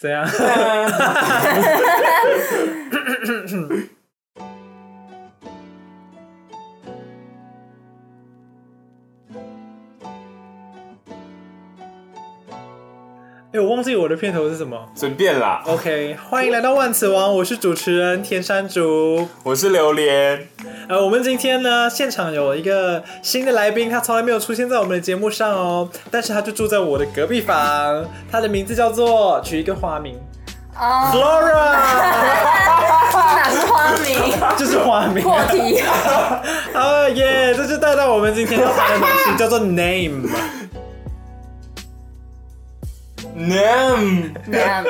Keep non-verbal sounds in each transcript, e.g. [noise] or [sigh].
这样， [laughs] 哎、我忘记我的片头是什么。随便啦。 OK，欢迎来到万磁王，我是主持人田山竹。我是榴莲，呃，我们今天呢，现场有一个新的来宾，他从来没有出现在我们的节目上哦，但是他就住在我的隔壁房，他的名字叫做取一个花名哦， [laughs] ，Flora，哪是花名？就是花名。破题。 [laughs] 啊耶！这就带到我们今天要谈的东 [laughs] 西，叫做 name。 Nam 那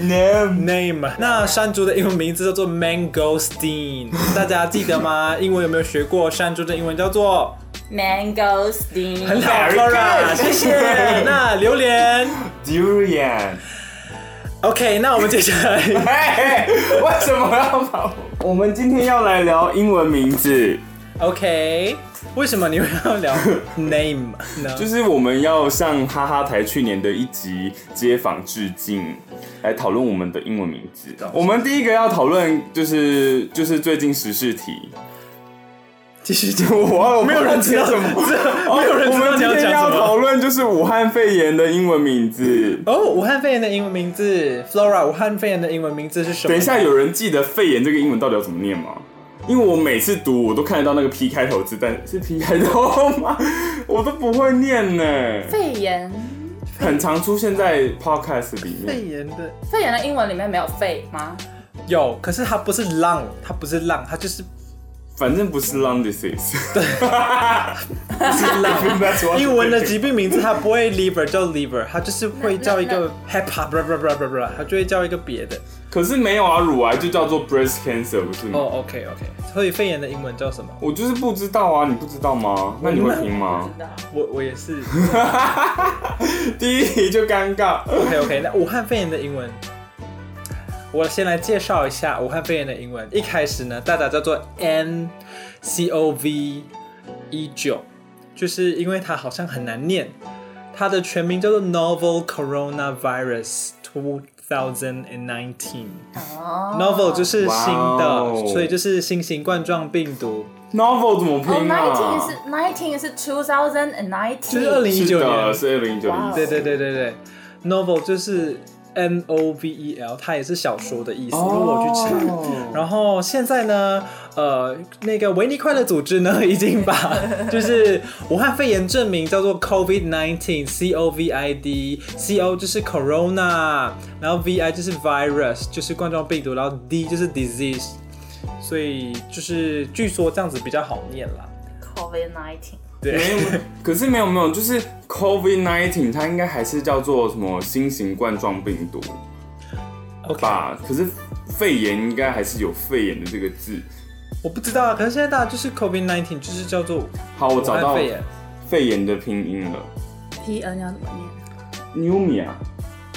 Nam， name。那山竹的英文名字叫做 mangosteen，大家记得吗？英文有没有学过？山竹的英文叫做 Mango 很 Steam，好 Very ，Flora， good 谢谢。那榴莲 Durian。 ，OK，那我们接下来。 [laughs] 哎，为什么要把我？我们今天要来聊英文名字， OK，为什么你会要聊 name 呢？就是我们要向哈哈台去年的一集街访致敬，来讨论我们的英文名字。我们第一个要讨论就是就是最近时事题。继续讲，哇，我 [laughs] 没有人知道不知道这 [laughs] 没有人我知道们你今要天讲要什讨么。论就是武汉肺炎的英文名字。哦，武汉肺炎的英文名字 Flora，武汉肺炎的英文名字是什么？等一下，有人记得肺炎这个英文到底要怎么念吗？因为我每次读我都看得到那个 P 开头字，但是 P 开头吗？ [laughs] 我都不会念呢，肺炎，很常出现在 podcast 里肺面。炎的肺炎的英文里面没有肺吗？有，可是它不是浪，它不是浪，它就是反正不是 lung disease， [laughs] 不是浪。英文的疾病病名字它不会 liver 叫 liver，它就是会那叫一那个 hepa blah blah blah blah blah，它就会叫一个别的。可是没有啊，乳癌就叫做 breast cancer 不是吗？哦，OK OK，所以肺炎的英文叫什么？我就是不知道啊，你不知道吗？那你会听吗？ [laughs] 知道。我我也是。第一题就尴尬， OK OK，那武汉肺炎的英文，我先来介绍一下武汉肺炎的英文。一开始呢，大家叫做 N C O V 一九，就是因为它好像很难念，它的全名叫做 Novel Coronavirus Two Thousand and Nineteen。哦 Novel 就是新哇的哦所以就是新型冠状病毒， novel 怎么哦拼，nineteen 啊是？19是 two thousand and 就是二 nineteen，零一是九年的，。是二零一九哇年哦。对对对对对，Novel 就是 N O V E L，它也是小说的意思。哦如果我去查。然后现在呢，呃，那个维尼快乐组织呢，已 [laughs] 经把就是武汉肺炎证明叫做 COVID nineteen C O V I D C O 就是 Corona，然后 V I 就是 virus 就是冠状病毒，然后 D 就是 disease，所以就是据说这样子比较好念啦。 covid nineteen。对，没有，可是没有没有，就是 COVID nineteen，它应该还是叫做什么新型冠状病毒 OK，吧？可是肺炎应该还是有肺炎的这个字。我不知道啊，可是现在大家就是 COVID nineteen 就是叫做好，我武找汉到肺炎。肺炎的拼音了 P N 要怎么念？ ，pneumonia。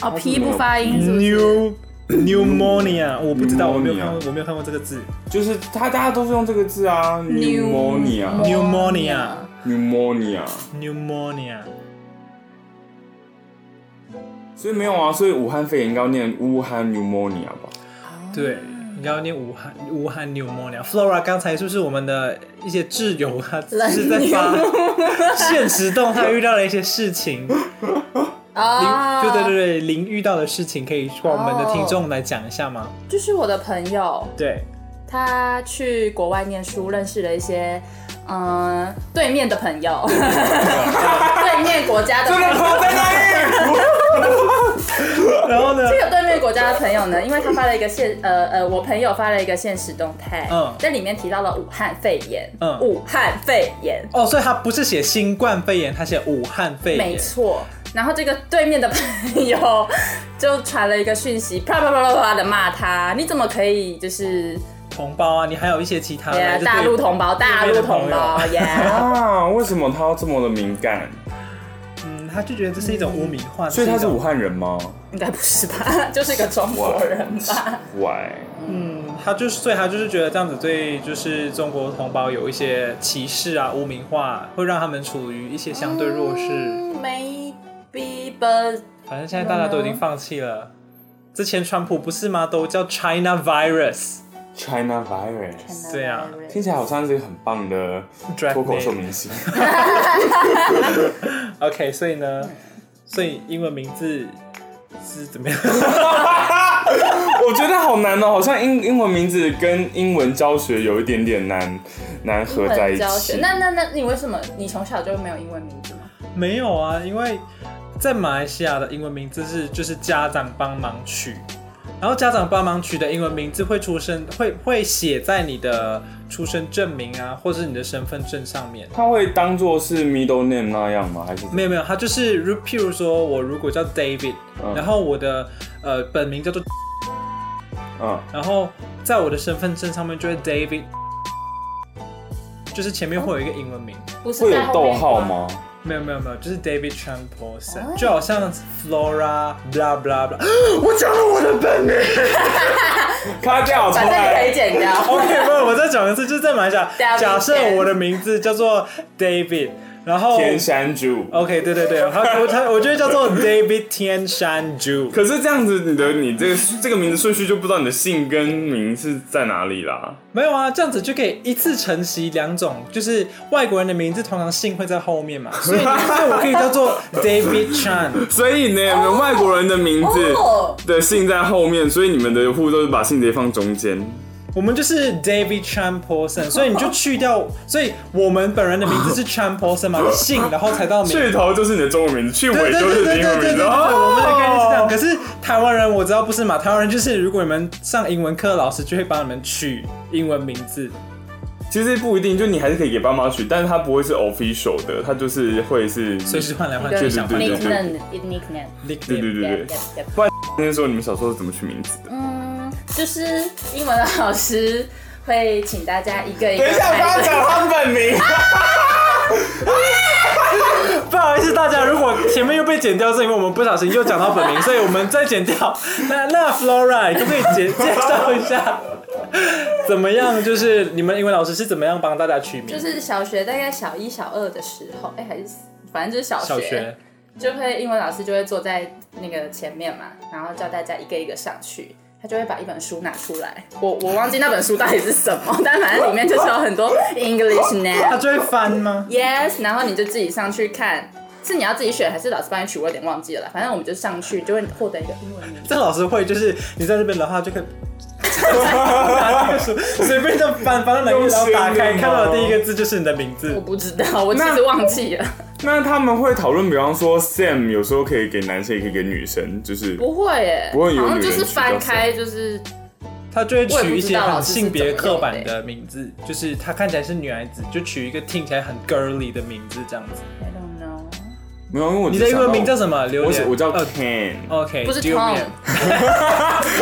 哦，P 不发音是不是？ New pneumonia，我不知道，我没有看过 Pneumonia，我没有看过这个字。就是它，大家都是用这个字啊 Pneumonia Pneumonia ，pneumonia，pneumonia， pneumonia，所以没有啊，所以武汉肺炎应该要念武汉 pneumonia 吧？对，你要念武汉武汉 pneumonia。Flora 刚才是不是我们的一些挚友啊，是在发 [laughs] 现实动态遇到了一些事情，零啊，对对对对，零遇到的事情可以帮我们的听众来讲一下吗？就是我的朋友，对，他去国外念书，认识了一些嗯、呃对面的朋友，对面国家的朋友。在哪啊里？然后呢？这个对面国家的朋友呢，因为他发了一个现呃呃，我朋友发了一个现实动态，嗯在里面提到了武汉肺炎，嗯武汉肺炎，哦，所以他不是写新冠肺炎，他写武汉肺没炎。错。然后这个对面的朋友就传了一个讯息，啪啪啪啪啪的骂他，你怎么可以就是同胞啊，你还有一些其他的呀、就是大陆同胞，大陆同胞呀。啊，为什么他要这么的敏感？嗯，他就觉得这是一种污名化，嗯所以他一是种武汉人吗 [laughs] 应该不是吧？ [laughs] 就是个中国人吧？ [laughs] ？Why？嗯他就是，所以他就是觉得这样子对，就是中国同胞有一些歧视啊、污名化，会让他们处于一些相对弱势。嗯嗯，maybe but 反正现在大家都已经放弃了，之前川普不是吗？都叫 China Virus。 China Virus，对啊听起来好像是一个很棒的 Drag 脱口 name 秀明星。 OK，所以呢，所以英文名字是怎么样？ [laughs] 我觉得好难哦，好像英英文名字跟英文教学有一点点难难英合在文一教学。起。那那那你为什么你从小就没有英文名字吗？没有啊，因为在马来西亚的英文名字是就是家长帮忙取，然后家长帮忙取的英文名字会出生会会写在你的出生证明啊，或是你的身份证上面。他会当做是 middle name 那样吗？还是没有没有，它就是如譬如说我如果叫 David，、嗯然后我的呃本名叫做，嗯然后在我的身份证上面就会 David，就是前面会有一个英文名。不是会在有后逗面号吗？吗？没有没有没有，就是 David Chan Paulson，、哦就好像 Flora blah blah blah，我讲了我的本名。卡掉，重反正你可来。以剪掉。 [laughs] OK，不，我再讲一次，就是在马来西亚， David 假设我的名字叫做 David，然后天山猪。 OK，对对对，他我他我就会叫做 David 天山 Ju。可是这样子，你的你这个这个名字顺序就不知道你的姓跟名是在哪里啦。没有啊，这样子就可以一次承袭两种，就是外国人的名字通常姓会在后面嘛，所以所以我可以叫做 David Chan。所以呢，你们外国人的名字哦的姓在后面，所以你们的户都是把姓直接放中间。我们就是 David Chan Person，所以你就去掉，所以我们本人的名字是 Chan Person 嘛，姓，然后才到名。去头就是你的中文名字，去对尾对就对是对你对的英文对名字。对，我们的概念是这样。哦可是台湾人我知道不是嘛，台湾人就是如果你们上英文课，老师就会帮你们取英文名字。其实不一定，就你还是可以给爸妈取，但是它不会是 official 的，它就是会是。随时换来换一去，个想换就换。 nickname nickname。对对 nickname 对对。对。那时候你们小时候是怎么取名字的？嗯，就是英文的老师会请大家一个一个等一下，我刚排刚队。讲他本名，不好意思，大家如果前面又被剪掉，是因为我们不小心又讲到本名，所以我们再剪掉。 [laughs] 那那 Flora，你可不可以介介绍一下，怎么样？就是你们英文老师是怎么样帮大家取名？就是小学大概小一、小二的时候，哎、还是反正就是小学，小学，就会英文老师就会坐在那个前面嘛，然后叫大家一个一个上去。他就会把一本书拿出来，我我忘记那本书到底是什么，但反正里面就是有很多 English 他 name。就会翻吗？ Yes，然后你就自己上去看，是你要自己选还是老师帮你取？我有点忘记了啦，反正我们就上去就会获得一个英文名字。这老师会就是你在这边的话就 [laughs] 可以拿这个书随便就翻翻到哪一页，然后打开用心的吗看到的第一个字就是你的名字我。不知道，我其实忘记了。那他们会讨论，比方说 Sam 有时候可以给男生，也可以给女生，就是 [laughs] 不会耶，不会有好像女就人是去翻叫谁开就是他就会取一些很性别刻板的名字，就是他看起来是女孩子，就取一个听起来很 girly 的名字这样子。 I don't know，没有，因为我你只的英想到文名叫什么？榴我只莲。我叫呃 Ken， OK，不是 Durian Tom。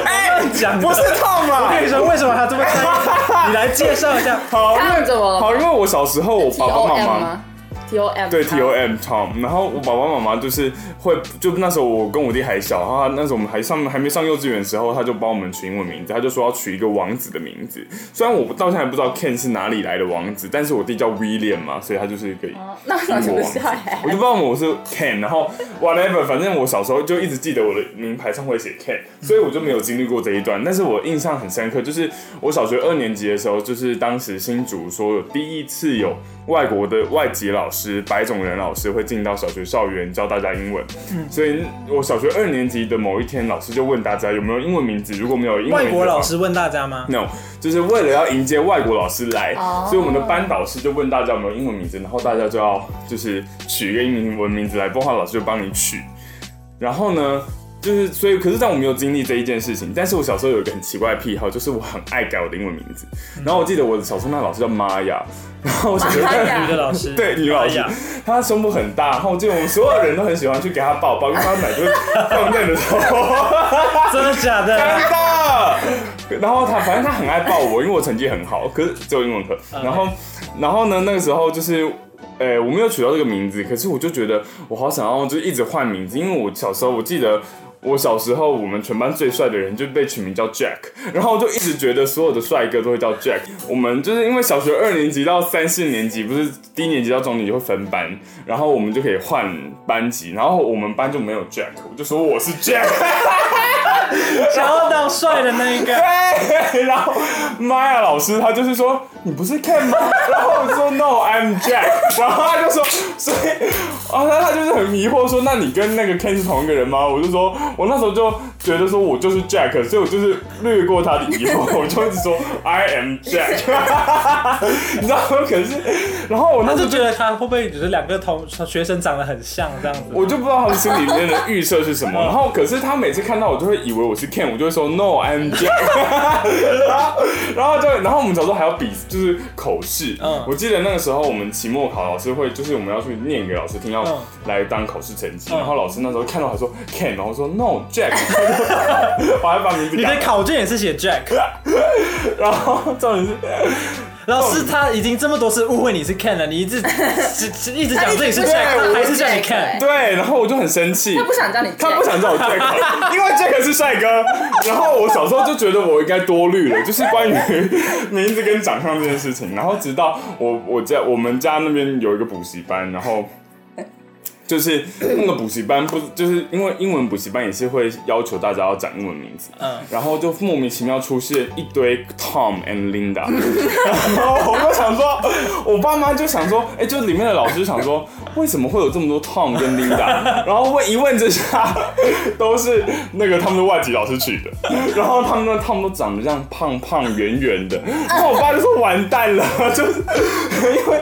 哎讲的不是 Tom 我 [laughs] 啊跟。你说，为什么他这么 [laughs] 开心？你来介绍一下。好，因看为着我了好，因为我小时候我 T 爸 O 爸妈 M 妈吗？T O M 对 T O M Tom，然后我爸爸妈妈就是会，就那时候我跟我弟还小，然后他那时候我们还上还没上幼稚园的时候，他就帮我们取英文名字，他就说要取一个王子的名字。虽然我到现在还不知道 Ken 是哪里来的王子，但是我弟叫 William 嘛，所以他就是一个哦那为什英国么啊不王是子要我就不 M？知道我是 Ken，然后 whatever，反正我小时候就一直记得我的名牌上会写 Ken，所以我就没有经历过这一段。但是我印象很深刻，就是我小学二年级的时候，就是当时新竹说有第一次有外国的外籍老师、白种人老师会进到小学校园教大家英文。嗯所以我小学二年级的某一天，老师就问大家有没有英文名字，如果没有英文外名字的话国老师问大家吗？ [laughs] No，就是为了要迎接外国老师来哦所以我们的班导师就问大家有没有英文名字，然后大家就要就是取一个英文名字来，不然的话老师就帮你取。然后呢，就是所以，可是但我没有经历这一件事情。但是我小时候有一个很奇怪的癖好，就是我很爱改我的英文名字。然后我记得我的小时候那个老师叫玛雅，然后我小时候 Maya 女的老师。对女老哎师呀，她胸部很大，然后我记得我们所有人都很喜欢去给她抱抱，因为她奶就放在你的头。真的假真的？[laughs] 的。然后他反正他很爱抱我，因为我成绩很好，可是只有英文课。然后，然后呢，那个时候就是。呃，我没有取到这个名字，可是我就觉得我好想要，就是一直换名字，因为我小时候我记得我小时候我们全班最帅的人就被取名叫 Jack，然后我就一直觉得所有的帅哥都会叫 Jack。我们就是因为小学二年级到三四年级，不是低年级到中年级会分班，然后我们就可以换班级，然后我们班就没有 Jack，我就说我是 Jack。帅的那一个。对，然后玛雅老师他就是说你不是 Ken 吗？ [laughs] 然后我说 No，I'm Jack。然后他就说，所以啊，他他就是很疑惑说，那你跟那个 Ken 是同一个人吗？我就说，我那时候就觉得说我就是 Jack，所以我就是略过他的疑惑， [laughs] 我就一直说 I am Jack。你知道吗？可是，然后我那他时候就觉得他会不会只是两个同学生长得很像这样子？我就不知道他们心里面的预设是什 [laughs] 么。然后，可是他每次看到我就会以为我是 Ken，我就会说 No，I'm Jack。然后就， [laughs] 然后我们小时候还要比就是口试。嗯我记得那个时候我们期末考，老师会就是我们要去念给老师听，要嗯来当口试成绩。嗯然后老师那时候看到我还说 Ken，然后说 [laughs] No，Jack。我还把名字你改的了。考卷也是写 [laughs] Jack，然后重点是，老师他已经这么多次误会你是 Ken 了，你一 [laughs] 直只只一直讲自己是他一直 Jack，不他讲还是叫你我是 Jack， Ken。对，然后我就很生气。他不想叫你 Jack，他不想叫我 Jack，因为 Jack 是帅哥。然后我小时候就觉得我应该多虑了，就是关于名字跟长相这件事情。然后直到我我家我们家那边有一个补习班，然后。就是那个补习班不，就是因为英文补习班也是会要求大家要讲英文名字，嗯，然后就莫名其妙出现一堆 Tom and Linda，然后我就想说，我爸妈就想说，哎、就里面的老师想说，为什么会有这么多 Tom 跟 Linda？然后问一问之下，都是那个他们的外籍老师取的，然后他们的 Tom 都长得这样胖胖圆圆的，然哦后我爸就说完蛋了，就是因为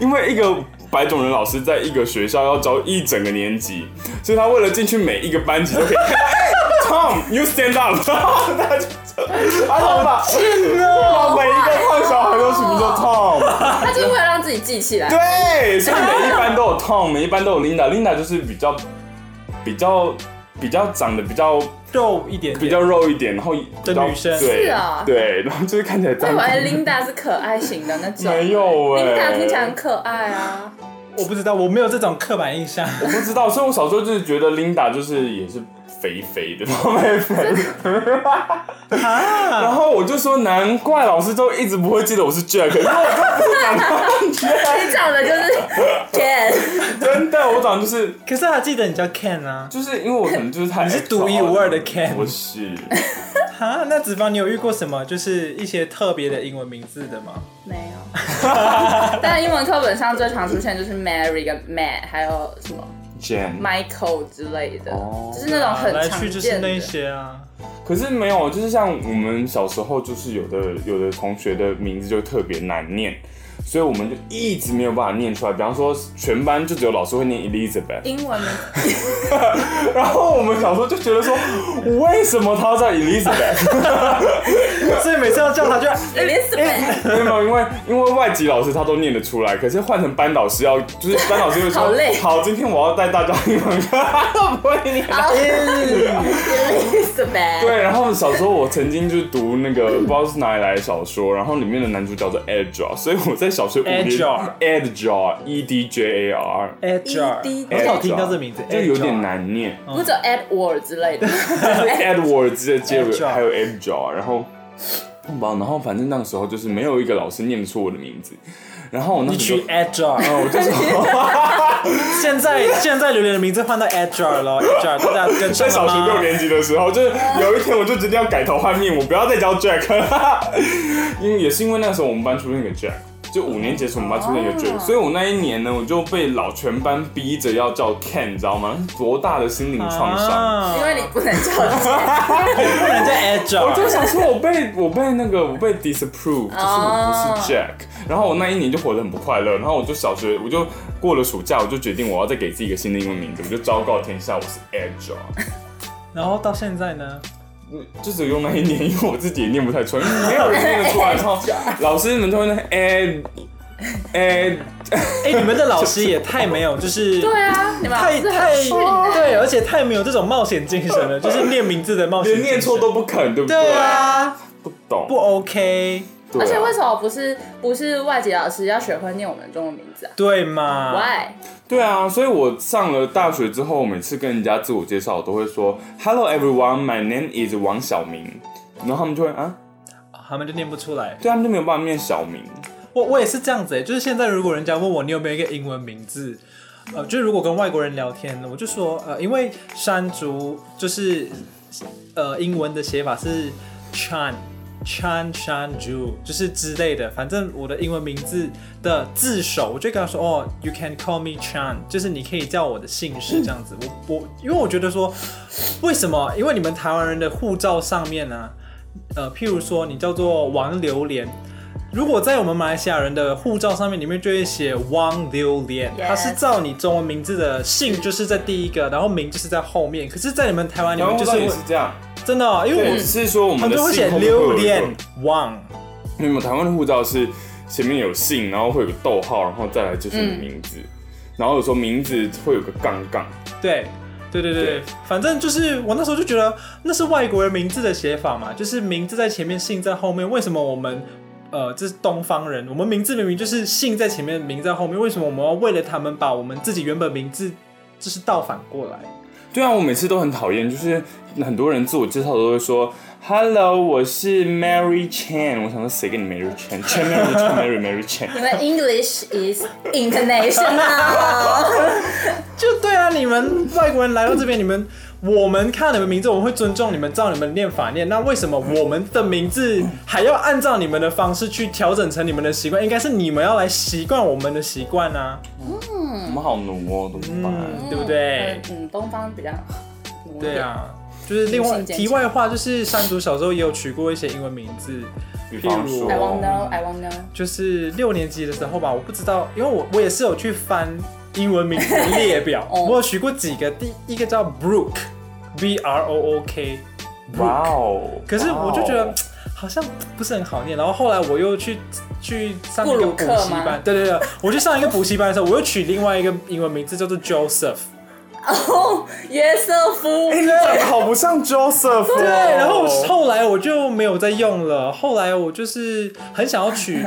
因为一个。白种人老师在一个学校要教一整个年级，所以他为了进去每一个班级都可以看到，哎、t o m you stand up，然 [laughs] 后他就，啊他就把把每一个胖小孩都取名叫 Tom，他就是为了让自己记起来。对，所以每一班都有 Tom，每一班都有 Linda，Linda 就是比较比较比较长得比较 [laughs] 肉一点点，比较肉一点，然后比较的女生对是啊对，然后就是看起来我脏以为脏。哎 Linda 是可爱型的那种，没有哎、 Linda 听起来很可爱啊。我不知道，我没有这种刻板印象。 [laughs] 我不知道，所以我小时候就是觉得 Linda 就是也是肥肥的，然 [laughs] 后妹肥，然后我就说难怪老师都一直不会记得我是 Jack，因为我就不是长 [laughs] 得像 Jack，你长得就是 Ken，真的，我长得就是可是他记得你叫 Ken 啊，就是因为我可能就是 [laughs] 太你是独一无二的 Ken 我是哈，那子芳，你有遇过什么就是一些特别的英文名字的吗？没有。 [laughs] 但英文课本上最常出现就是 Mary 跟 Matt，还有什么 Jan， Michael 之类的，哦就是那种啊很来常去就是见的那。些啊，可是没有，就是像我们小时候，就是有的有的同学的名字就特别难念，所以我们就一直没有办法念出来。比方说，全班就只有老师会念 [laughs] Elizabeth，英文名 [laughs] 然后我们小时候就觉得说，为什么他 [laughs] 叫 Elizabeth？所以每次要叫他 [laughs] 就 Elizabeth 没有，没有因为因为外籍老师他都念得出来，可是换成班导师要，就是班导师会说， [laughs] 好累好，今天我要带大家英文课，他都不 [laughs] 会念。 Elizabeth，对，然后小时候我曾经就读那个不知道是哪里来的小说，然后里面的男主角叫 Edgar，所以我在小学五年 Edgar Edgar E D J A R， Edgar， EDJ 很少听到这名字，就有 Edgar 哦点。难念，不只有 Edward 之类的，就是 Edward 之类的结尾 Edgar 还有 Edgar，然后。我不知道，然后反正那个时候就是没有一个老师念得出我的名字，然后我那你哦时候取 Edgar，然后我就说现在现在榴莲的名字换到 Edgar 了，Edgar 大家跟上在小了学吗六年级的时候，就是有一天我就决定要改头换面，我不要再叫 Jack，因为也是因为那时候我们班出现一个 Jack。就五年级的时候，我们班出现一个 Jack，、哦所以我那一年呢，我就被老全班逼着要叫 Ken，你知道吗？多大的心灵创伤！啊因为你不能叫 [laughs] Jack 不能叫 Edgar，我就想说，我被我被那个我被 disapprove，就是我不是 Jack。然后我那一年就活得很不快乐。然后我就小学，我就过了暑假，我就决定我要再给自己一个新的英文名字，我就昭告天下我是 Edge 啊。然后到现在呢，嗯就只有用那一年，因为我自己也念不太出来，因为没有人念得出来。 [laughs] 然后哎老师们都会那哎哎，哎，你们的老师也太没有，就是对啊，你们老太师太很逊欸对，啊而且太没有这种冒险精神了，就是念名字的冒险连精神，念错都不肯，对不对啊，不懂，不 OK，对啊而且为什么不是不是外籍老师要学会念我们中文名字啊对嘛？ ？Why？对啊，所以我上了大学之后，每次跟人家自我介绍，我都会说 “Hello everyone, my name is 王小明”，然后他们就会啊，他们就念不出来。对他们就没有办法念小明。我我也是这样子、欸，就是现在如果人家问我你有没有一个英文名字，呃，就是如果跟外国人聊天，我就说呃，因为山竹就是呃英文的写法是 Chan Chan Chan Ju，就是之类的。反正我的英文名字的字首，我就跟他说哦，You can call me Chan，就是你可以叫我的姓氏这样子。我我因为我觉得说，为什么？因为你们台湾人的护照上面呢、呃，譬如说你叫做王榴莲。如果在我们马来西亚人的护照上面，里面就会写汪榴莲， Yes 它是照你中文名字的姓就是在第一个，然后名就是在后面。可是，在你们台湾，你然后们就是也会是这样，真的哦、因为对，我只是说我他们们的就会姓写后面会有榴一个莲旺，因为我们台湾的护照是前面有姓，然后会有个逗号，然后再来就是你的名字，然后有时候名字会有个杠杠，对。对对对对对，反正就是我那时候就觉得那是外国人名字的写法嘛，就是名字在前面，姓在后面。为什么我们呃这是东方人，我们名字明明就是姓在前面，名在后面，为什么我们要为了他们把我们自己原本名字就是倒反过来？对啊，我每次都很讨厌，就是很多人自我介绍都会说 “Hello，我是 Mary Chan”，我想说谁跟你 Mary Chan？Chan Mary Chan Mary Mary Chan，你们 English is [laughs] international， [laughs] 就对啊，你们外国人来到这边，你们我们看你们名字，我们会尊重你们，照你们念法念。那为什么我们的名字还要按照你们的方式去调整成你们的习惯？应该是你们要来习惯我们的习惯啊，我们好奴哦，怎么办？对不对？嗯，东方比较努力对，啊，就是另外女性坚强题外话，就是山竹小时候也有取过一些英文名字，比方譬如说 I want know, I want know。就是六年级的时候吧，我不知道，因为我我也是有去翻英文名字的列表，哦我有取过几个，第一个叫 Brooke，B R O O K。哇哦！可是我就觉得哇哦好像不是很好念，然后后来我又去去上一布个鲁补克习吗班，对对对，我去上一个补习班的时候，我又取另外一个英文名字叫做 Joseph，哦，约瑟夫，哎，你长得好不像 Joseph 哦对，对，然后后来我就没有再用了，后来我就是很想要 [laughs] 取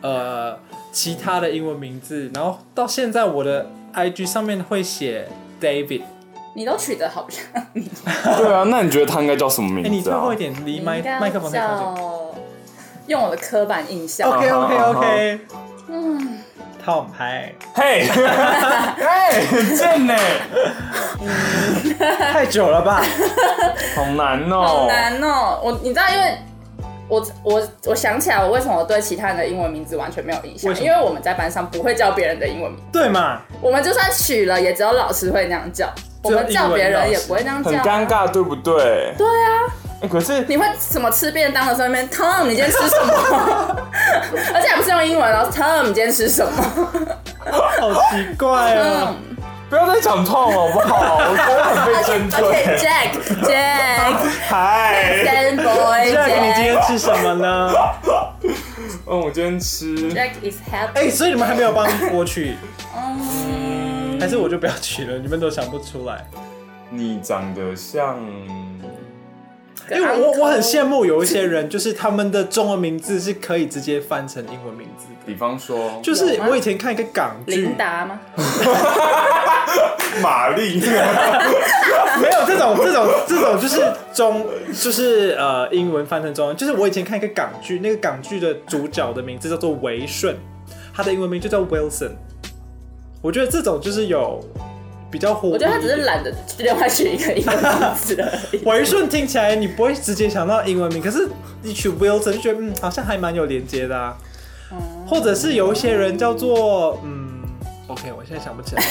呃其他的英文名字，然后到现在我的 IG 上面会写 David，你都取得好像，你对啊，那你觉得他应该叫什么名哎，你字最啊后一？点离麦应该麦克风太靠近叫。用我的刻板印象 OK OK 啊哈 OK，嗯，Tom 嗨，嘿， [laughs] 哎，很贱呢，太久了 [laughs] 吧？好难哦，好难哦、我你知道，因为我我我想起来，我为什么对其他人的英文名字完全没有印象为什，么因为我们在班上不会叫别人的英文名，对嘛？我们就算取了，也只有老师会那样叫，我只有们叫别人也不会那样叫、啊很尴。尬，对不对？对啊。可是你会什么吃便当的时候那边 Tom，你今天吃什么？而且还不是用英文哦，Tom，你今天吃什么？好奇怪哦。嗯，不要再讲痛好不好？我觉得很被针而 [laughs] 且对。 [laughs] Jack，Jack，Jack 嗨， boy， Jack，你今 Jack，Jack 天吃什么呢？嗯，我今天吃 is [laughs] happy。哦哎、所以你们还没有帮我取，嗯，还是我就不要取了，你们都想不出来。你长得像，因为我我很羡慕有一些人，就是他们的中文名字是可以直接翻成英文名字的。比方说就是有吗我以前看一个港剧琳，达吗？玛 [laughs] 丽，没有这种这种这种就是中就是呃英文翻成中文，就是我以前看一个港剧，那个港剧的主角的名字叫做维顺，他的英文名就叫 Wilson。我觉得这种就是有比较火，我觉得他只是懒得另外取一个英文名字而已。维顺听起来你不会直接想到英文名，可是你取 Wilson 就觉得嗯好像还蛮有连接的啊。或者是有一些人叫做嗯，OK，我现在想不起来。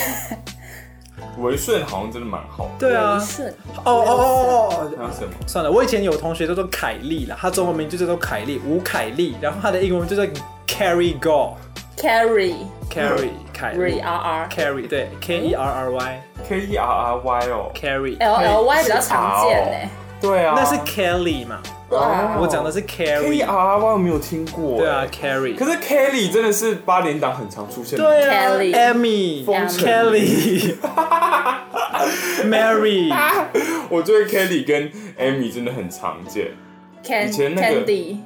维顺好像真的蛮好的。 [laughs] 对啊维，顺哦哦哦哦还哦，有什么？算了，我以前有同学叫做凯莉啦，她中文名就叫做凯莉，吴凯莉，然后她的英文名就叫 Carry Go，Carry ，Carry 凯 R 莉 R ，Carry 对，K E R R Y，Carry。 K E R R Y 哦， L L Y 比较常见对啊，那是 Kelly 嘛？呢。哇，我讲的是 K E Carry， R R Y 我没有听过，对啊。，Carry。可是 Kelly 真的是八连档很常出现，对啊 Kelly ，Amy、封城 Kelly、Mary， [laughs] 我觉得 Kelly 跟 Amy 真的很常见。 Can 以前那个 [laughs] Candy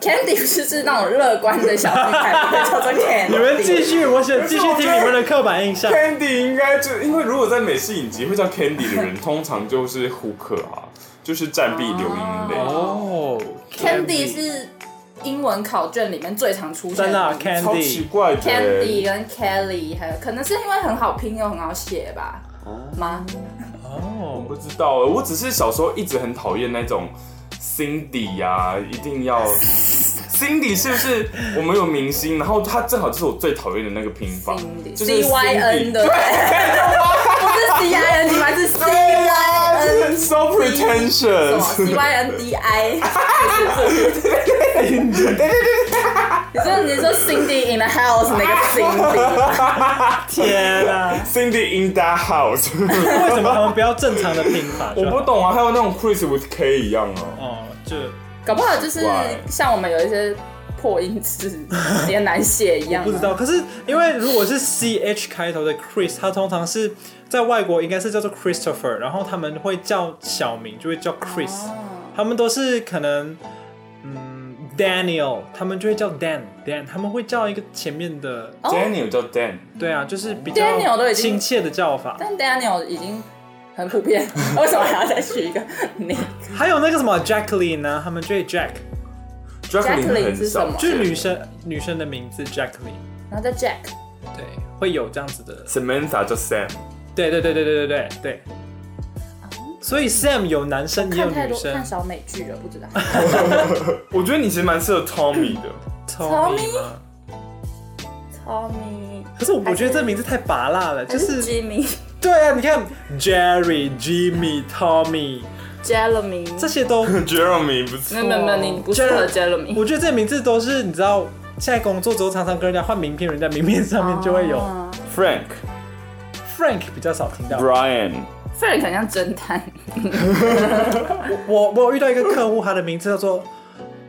Candy 不是是那种乐观的小女孩，不会叫做 Candy。你们继续，我想继续听你们的刻板印 [laughs] 象。 Candy 应该就因为如果在美式影集会叫 Candy 的人，通常就是胡克啊，就是战必流音类。哦 Candy 是英文考卷里面最常出现真的啊的。超奇 Candy，怪的欸 Candy 跟 Kelly，还有可能是因为很好拼又很好写吧？吗？哦，不知道欸，我只是小时候一直很讨厌那种 Cindy 呀、一定 [laughs] 要 Cindy 是不是？我们有明星，然后他正好就是我最讨厌的那个拼法 Cindy 就是 C Y N 的， Cindy 不 [laughs] 是 C I N D 吗？是 C Y 对 N ，so pretentious， C Y N D I，是不是 [laughs] 你说你说 Cindy in the house 那个 Cindy，天啊！ Cindy in that house， [laughs] 为 [laughs] 什么他们不要正常的拼法就我好？不懂啊，还有那种 Chris with K 一样哦、哦，就搞不好就是怪像我们有一些破音字，也难写一样啊。不知道。可是因为如果是 C H 开头的 Chris，他通常是在外国应该是叫做 Christopher，然后他们会叫小名，就会叫哦 Chris，、他们都是可能嗯 Daniel，他们就会叫 Dan Dan，他们会叫一个前面的，哦 d a n i e l 叫 Dan，对啊，就是比较 Daniel 都已经亲切的叫法。但 Daniel 已经很普遍， [laughs] 为什么还要再取一个 [laughs] 你？还有那个什么 Jacqueline 呢、他们就会 Jack，哦 Jacqueline Jacqueline 很是什少么，就是女生女生的名字 Jacqueline，然后再 Jack，对，会有这样子的 Samantha 叫 Sam，对对对对对对对对。所以 Sam 有男生也有哦看太女多看生少美剧了，[laughs] 不知道。我觉得你其实蛮适合 Tommy 的， [coughs] ，Tommy 吗？ Tommy，可是我还我是觉得这名字太拔辣了，就还是 Jimmy、对啊，你看 Jerry、Jimmy、Tommy Jeremy，这些 [laughs] 都， Jeremy 不是没有没有没有，你不适合 Jeremy。我觉得这名字都是你知道，现在工作之后常常跟人家换名片，人家名片上面就会有哦 Frank、 Frank 比较少听到。 Brian。 Frank 很像侦探，我我有遇到一个客户，他的名字叫做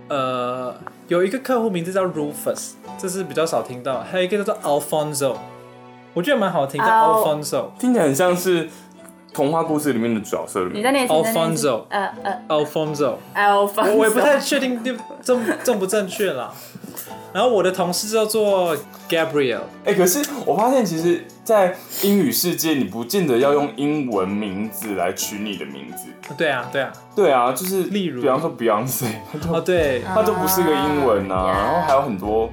呃，有一个客户名字叫 Rufus，这是比较少听到，还有一个叫做 Alfonso，我觉得蛮好听，叫哦 Alfonso。听起来很像是童话故事里面的角色的名你字。在念 Alfonso 呃呃 Alfonso， ，Alfonso，我也不太确定对正正不正确啦。然后我的同事叫做 Gabriel，哎、可是我发现，其实，在英语世界，你不见得要用英文名字来取你的名字。对啊对啊，对啊，就是例如比方说 Beyonce，它就、哦对，它就不是个英文啊。 Yeah 然后还有很多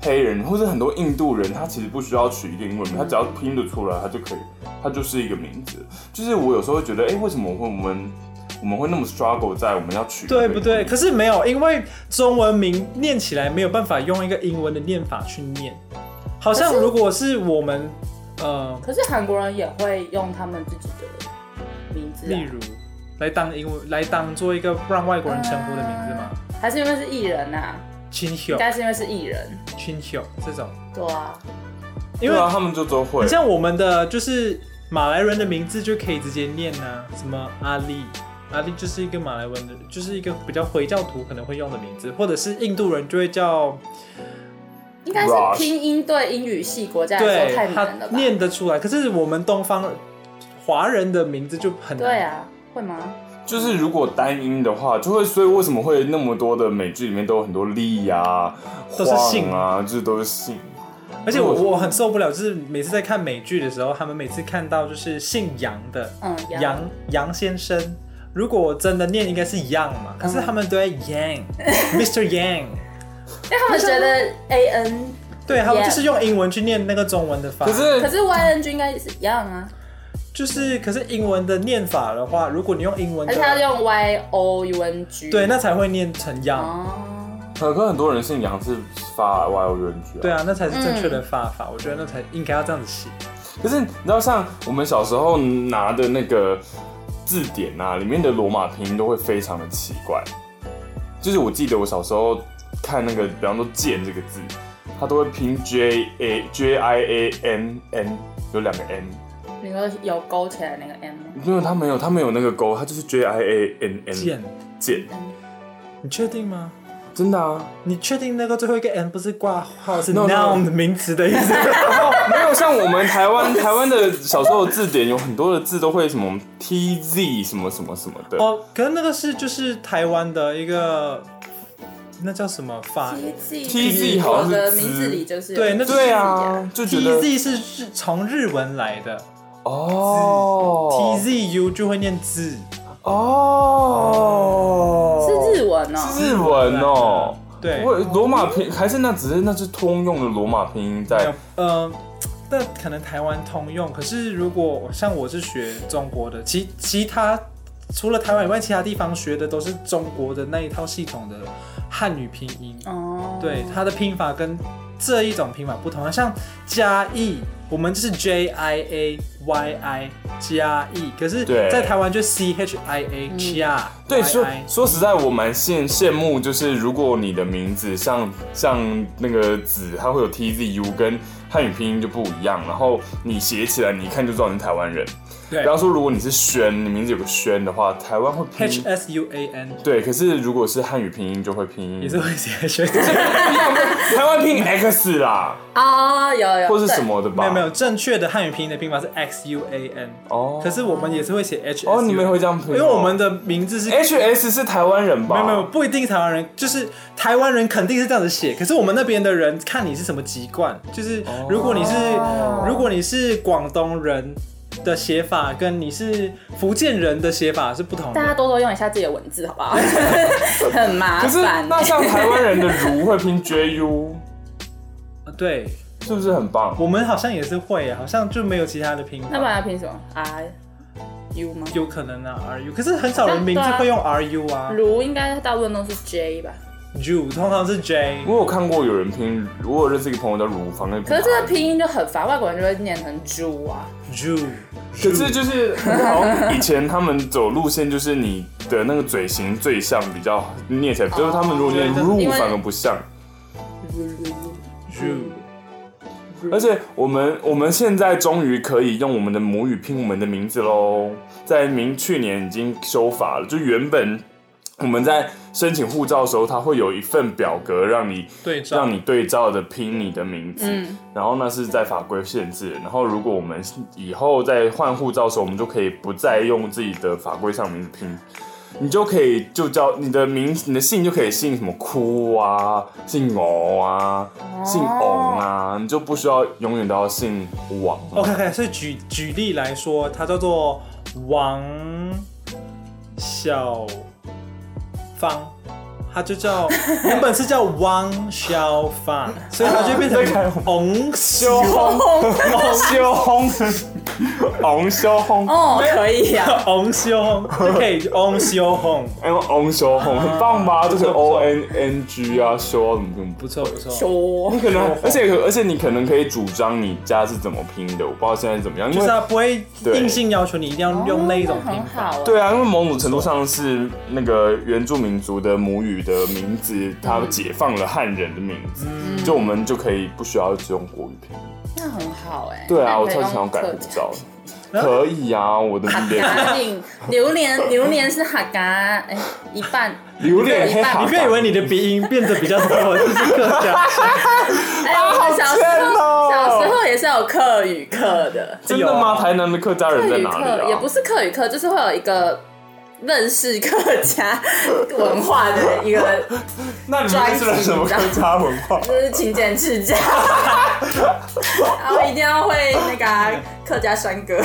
黑人或者很多印度人，他其实不需要取一个英文名，他只要拼得出来，他就可以，他就是一个名字。就是我有时候会觉得，哎、为什么我会我们我们会那么 struggle 在我们要取对不对？一个名字可是没有，因为中文名念起来没有办法用一个英文的念法去念，好像可是如果是我们呃 [laughs] 可是韩国人也会用他们自己的名字啊，例如来当英文来当做一个让外国人称呼的名字吗？还是因为是艺人呐？亲应友、该是因为是艺人，亲友这种，对啊，因为对啊，他们就都会你。像我们的就是马来人的名字就可以直接念呐、什么阿丽，阿丽就是一个马来文的，就是一个比较回教徒可能会用的名字，或者是印度人就会叫，应该是 Rush 拼音对英语系国家来对说太他难了吧？念得出来，可是我们东方华人的名字就很难，对啊，会吗？就是如果单音的话，就会所以为什么会那么多的美剧里面都有很多力啊、都是姓晃啊，就是都是姓。而且我我很受不了，就是每次在看美剧的时候，他们每次看到就是姓杨的，嗯，杨杨先生，如果我真的念应该是 Yang 嘛，可是嗯他们都在 [laughs] Yang，Mr. Yang，因为他们觉得 A N，对，他们 Yang 就是用英文去念那个中文的法，可可是是 Y N G 应该是一样啊，就是可是英文的念法的话，如果你用英文而且他的，用 Y O U N G。对，那才会念成 Yang，、哦，可可很多人姓杨是发 Y O U N G 啊。对。啊，那才是正确的发法，嗯我觉得那才应该要这样子写。可是你知道，像我们小时候拿的那个字典啊，里面的罗马拼音都会非常的奇怪。就是我记得我小时候看那个，比方说“剑”这个字，它都会拼 J A J I A N N，有两个 N。你说有勾起来那个 M 吗？因为他没有，他没有那个勾，他就是 J I A N N 剑，剑，你确定吗？真的啊，你确定那个最后一个 n 不是挂号是 No, no. noun 名词的意思？ [laughs] 没有像我们台湾 [laughs] 台湾的小时候的字典有很多的字都会什么 T Z 什么什么什么的，哦，可是那个是就是台湾的一个，那叫什么法？ T TZ 好我像是的资名字里就是有对那 TZ 对啊，，就觉 T 得 Z 是是从日文来的、t 哦 Z U 就会念字，哦，是日文哦。是日文哦，对，我罗马拼还是那只是那是通用的罗马拼音在嗯、呃，那可能台湾通用，可是如果像我是学中国的，其其他除了台湾以外，其他地方学的都是中国的那一套系统的汉语拼音。哦，对，它的拼法跟这一种拼法不同啊，像嘉义，我们就是 J I A Y I 嘉义，可是对在台湾就 C H I A 嘉。对，说 YI 说实在，我蛮羡羡慕，就是如果你的名字像像那个子，它会有 T Z U，跟汉语拼音就不一样，然后你写起来，你一看就知道你是台湾人。对比方说，如果你是轩，你名字有个轩的话，台湾会 H 拼。 S U A N 对，可是如果是汉语拼音就会拼也音是，会写 [laughs] 学，台湾拼 X 啦，哦，有有，或是对什？么的吧？没有没有，正确的汉语拼音的拼法是 X U A N，哦可是我们也是会写 H S U A N。哦，你们也会这哎样因拼哦，为我们的名字是 H S 是台湾人吧？没有没有，不一定台湾人，就是台湾人肯定是这样子写，可是我们那边的人看你是什么籍贯，就是如果你是、如果你是广东人的写法，跟你是福建人的写法是不同大家的。多多用一下自己的文字，[laughs] 好不好？很麻可是烦。那像台湾人的如会拼 J U， [laughs] 对，是不是很棒？我们好像也是会，好像就没有其他的拼那不法。然要拼什么？R U 吗？有可能啊，R U，可是很少人名字会用 R U 啊如应该大部分都是 J 吧？ ，Ju 通常是 J，我有看过有人拼，我有认识一个朋友叫如芳，那可是这个拼拼音就很烦，外国人就会念成猪啊。 Ju，可是就是好像以前他们走路线就是你的那个嘴型最像比较念起来，就是他们如果念对如哦因为反而不像。如如如 Ju，而且我们我们现在终于可以用我们的母语拼我们的名字喽，在明去年已经修法了，就原本我们在申请护照的时候，它会有一份表格让你对照让你对照着拼你的名字，嗯然后那是在法规限制的。然后如果我们以后在换护照的时候，我们就可以不再用自己的法规上名字拼，你就可以就叫你的名，你的姓就可以姓什么哭啊，姓敖啊，姓翁啊，你就不需要永远都要姓王。 OK OK，所以举举例来说，它叫做王小芳，它就叫原本是叫汪小芳，所以它就变成王修 [laughs] 修红，红修红，哦，可以 [laughs] 啊。王修红，就可以王修红，哎呦，红修红，哦很棒吧？就是 O N N G 啊，修啊，怎么怎么不错不错，说可 [laughs] 能，而且而且你可能可以主张你家是怎么拼的，我不知道现在是怎么样，因就是为它不会对硬性要求你一定要用那一种拼很法。好啊。对啊，因为某种程度上是那个原住民族的母语的名字，它解放了汉人的名字，嗯就我们就可以不需要只用国语拼。那很好哎。对啊，那我可以超用想要改护客家照，可以啊，我的脸 [laughs] 哈进榴莲，榴莲是哈嘎，哎，一 [laughs] 半。榴莲黑啊你好不要以为你的鼻音变得比较多，就是客家哎，我们小时好贱哦候小时候也是有课语课的，真的吗？台南的客家课人在语哪课里也啊不？是课语课，就是会有一个认识客家文化的一个，那你们认识了什么客家文化？就是勤俭 [laughs] 持家，然后一定要会那个啊客家山歌。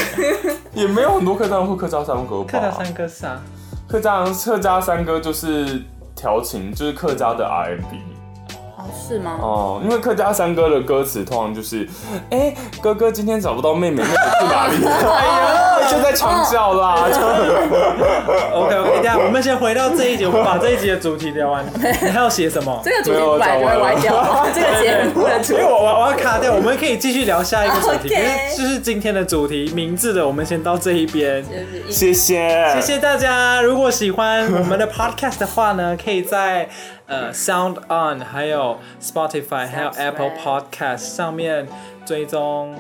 也没有很多客家人会客家三歌吧？客家三哥啥？客家客家三哥就是调情，就是客家的 RMB。哦，是吗？哦，因为客家山歌的歌词通常就是，哎、哥哥今天找不到妹妹，妹妹去哪 [laughs] 里？哎呀，就在长角啦，就 OK OK，等一下我们先回到这一集，我们把这一集的主题聊完。你还要写什么？这个主题没有本来就会歪掉，这个节目的主所以哎我我我要卡掉，我们可以继续聊下一个主题，可 OK 是就是今天的主题名字的，我们先到这一边。就是一谢谢，谢谢大家！如果喜欢我 [laughs] 们的 podcast 的话呢，可以在呃 Sound On、还有 Spotify、还有 Subscribe Apple Podcast 上面追踪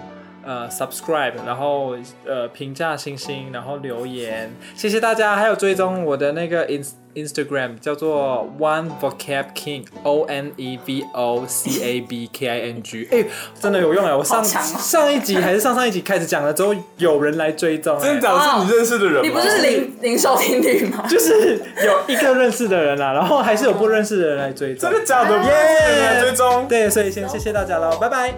呃 subscribe，然后呃评价星星，然后留言。谢谢大家！还有追踪我的那个 ins Instagram 叫做 One Vocab King O N E V O C A B K I N [laughs] G。哎，真的有用哎！我上好强哦上一集还是上上一集开始讲了之后，有人来追 [laughs] 踪哎，真的假的是你认识的人吗？你不是零零收听率吗？就是有一个认识的人啦、然后还是有不认识的人来追踪哎真。的假的？耶、耶追踪。对，所以先谢谢大家喽，拜拜。